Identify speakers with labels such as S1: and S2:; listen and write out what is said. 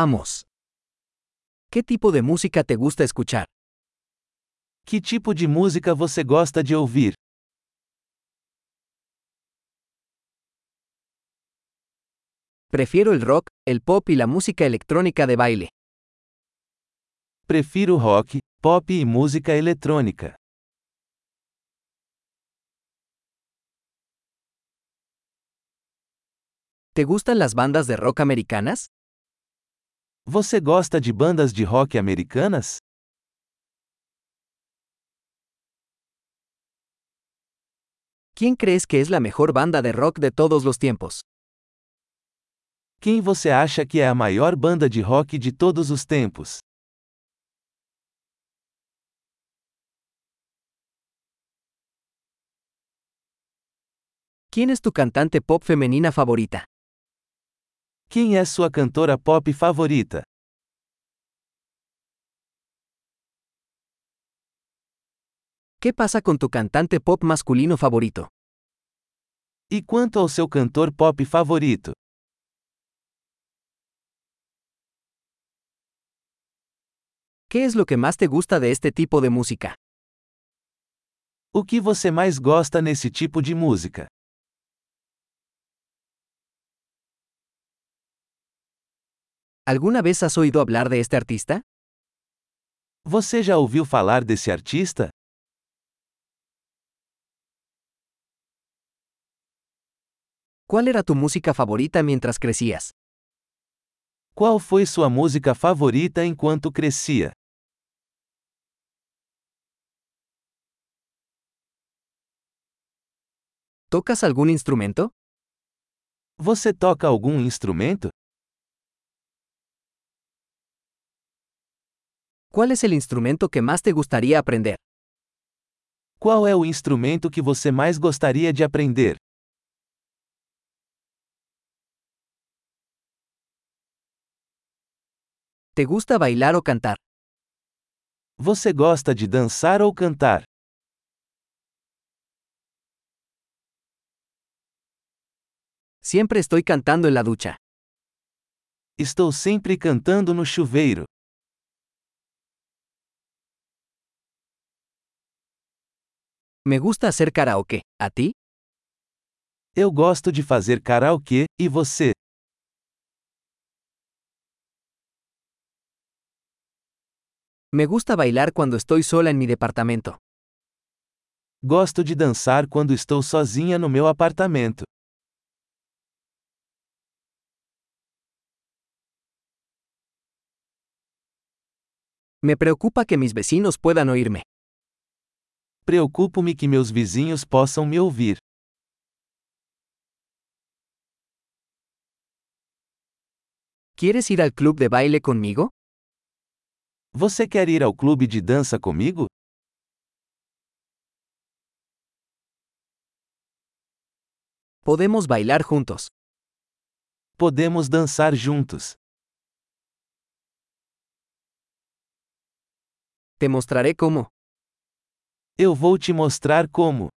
S1: Vamos. ¿Qué tipo de música te gusta escuchar?
S2: Que tipo de música você gosta de ouvir?
S1: Prefiero el rock, el pop y la música electrónica de baile.
S2: Prefiro rock, pop e música eletrônica.
S1: ¿Te gustan las bandas de rock americanas?
S2: Você gosta de bandas de rock americanas?
S1: ¿Quién crees que es la mejor banda de rock de todos los tiempos?
S2: Quem você acha que é a maior banda de rock de todos os tempos?
S1: ¿Quién es tu cantante pop femenina favorita?
S2: Quem é sua cantora pop favorita?
S1: ¿Qué pasa con tu cantante pop masculino favorito?
S2: E quanto ao seu cantor pop favorito?
S1: ¿Qué es lo que más te gusta de este tipo de música?
S2: O que você mais gosta nesse tipo de música?
S1: ¿Alguna vez has oído hablar de este artista?
S2: Você já ouviu falar desse artista?
S1: ¿Cuál era tu música favorita mientras crecías?
S2: Qual foi sua música favorita enquanto crescia?
S1: ¿Tocas algún instrumento?
S2: Você toca algum instrumento?
S1: ¿Cuál es el instrumento que más te gustaría aprender?
S2: Qual é o instrumento que você mais gostaria de aprender?
S1: ¿Te gusta bailar o cantar?
S2: Você gosta de dançar ou cantar?
S1: Siempre estoy cantando en la ducha.
S2: Estou sempre cantando no chuveiro.
S1: Me gusta hacer karaoke. ¿A ti?
S2: Eu gosto de fazer karaokê, e você?
S1: Me gusta bailar cuando estoy sola en mi departamento.
S2: Gosto de dançar quando estou sozinha no meu apartamento.
S1: Me preocupa que mis vecinos puedan oírme.
S2: Preocupo-me que meus vizinhos possam me ouvir.
S1: ¿Quieres ir al club de baile conmigo?
S2: Você quer ir ao clube de dança comigo?
S1: Podemos bailar juntos.
S2: Podemos dançar juntos.
S1: Te mostraré cómo.
S2: Eu vou te mostrar como.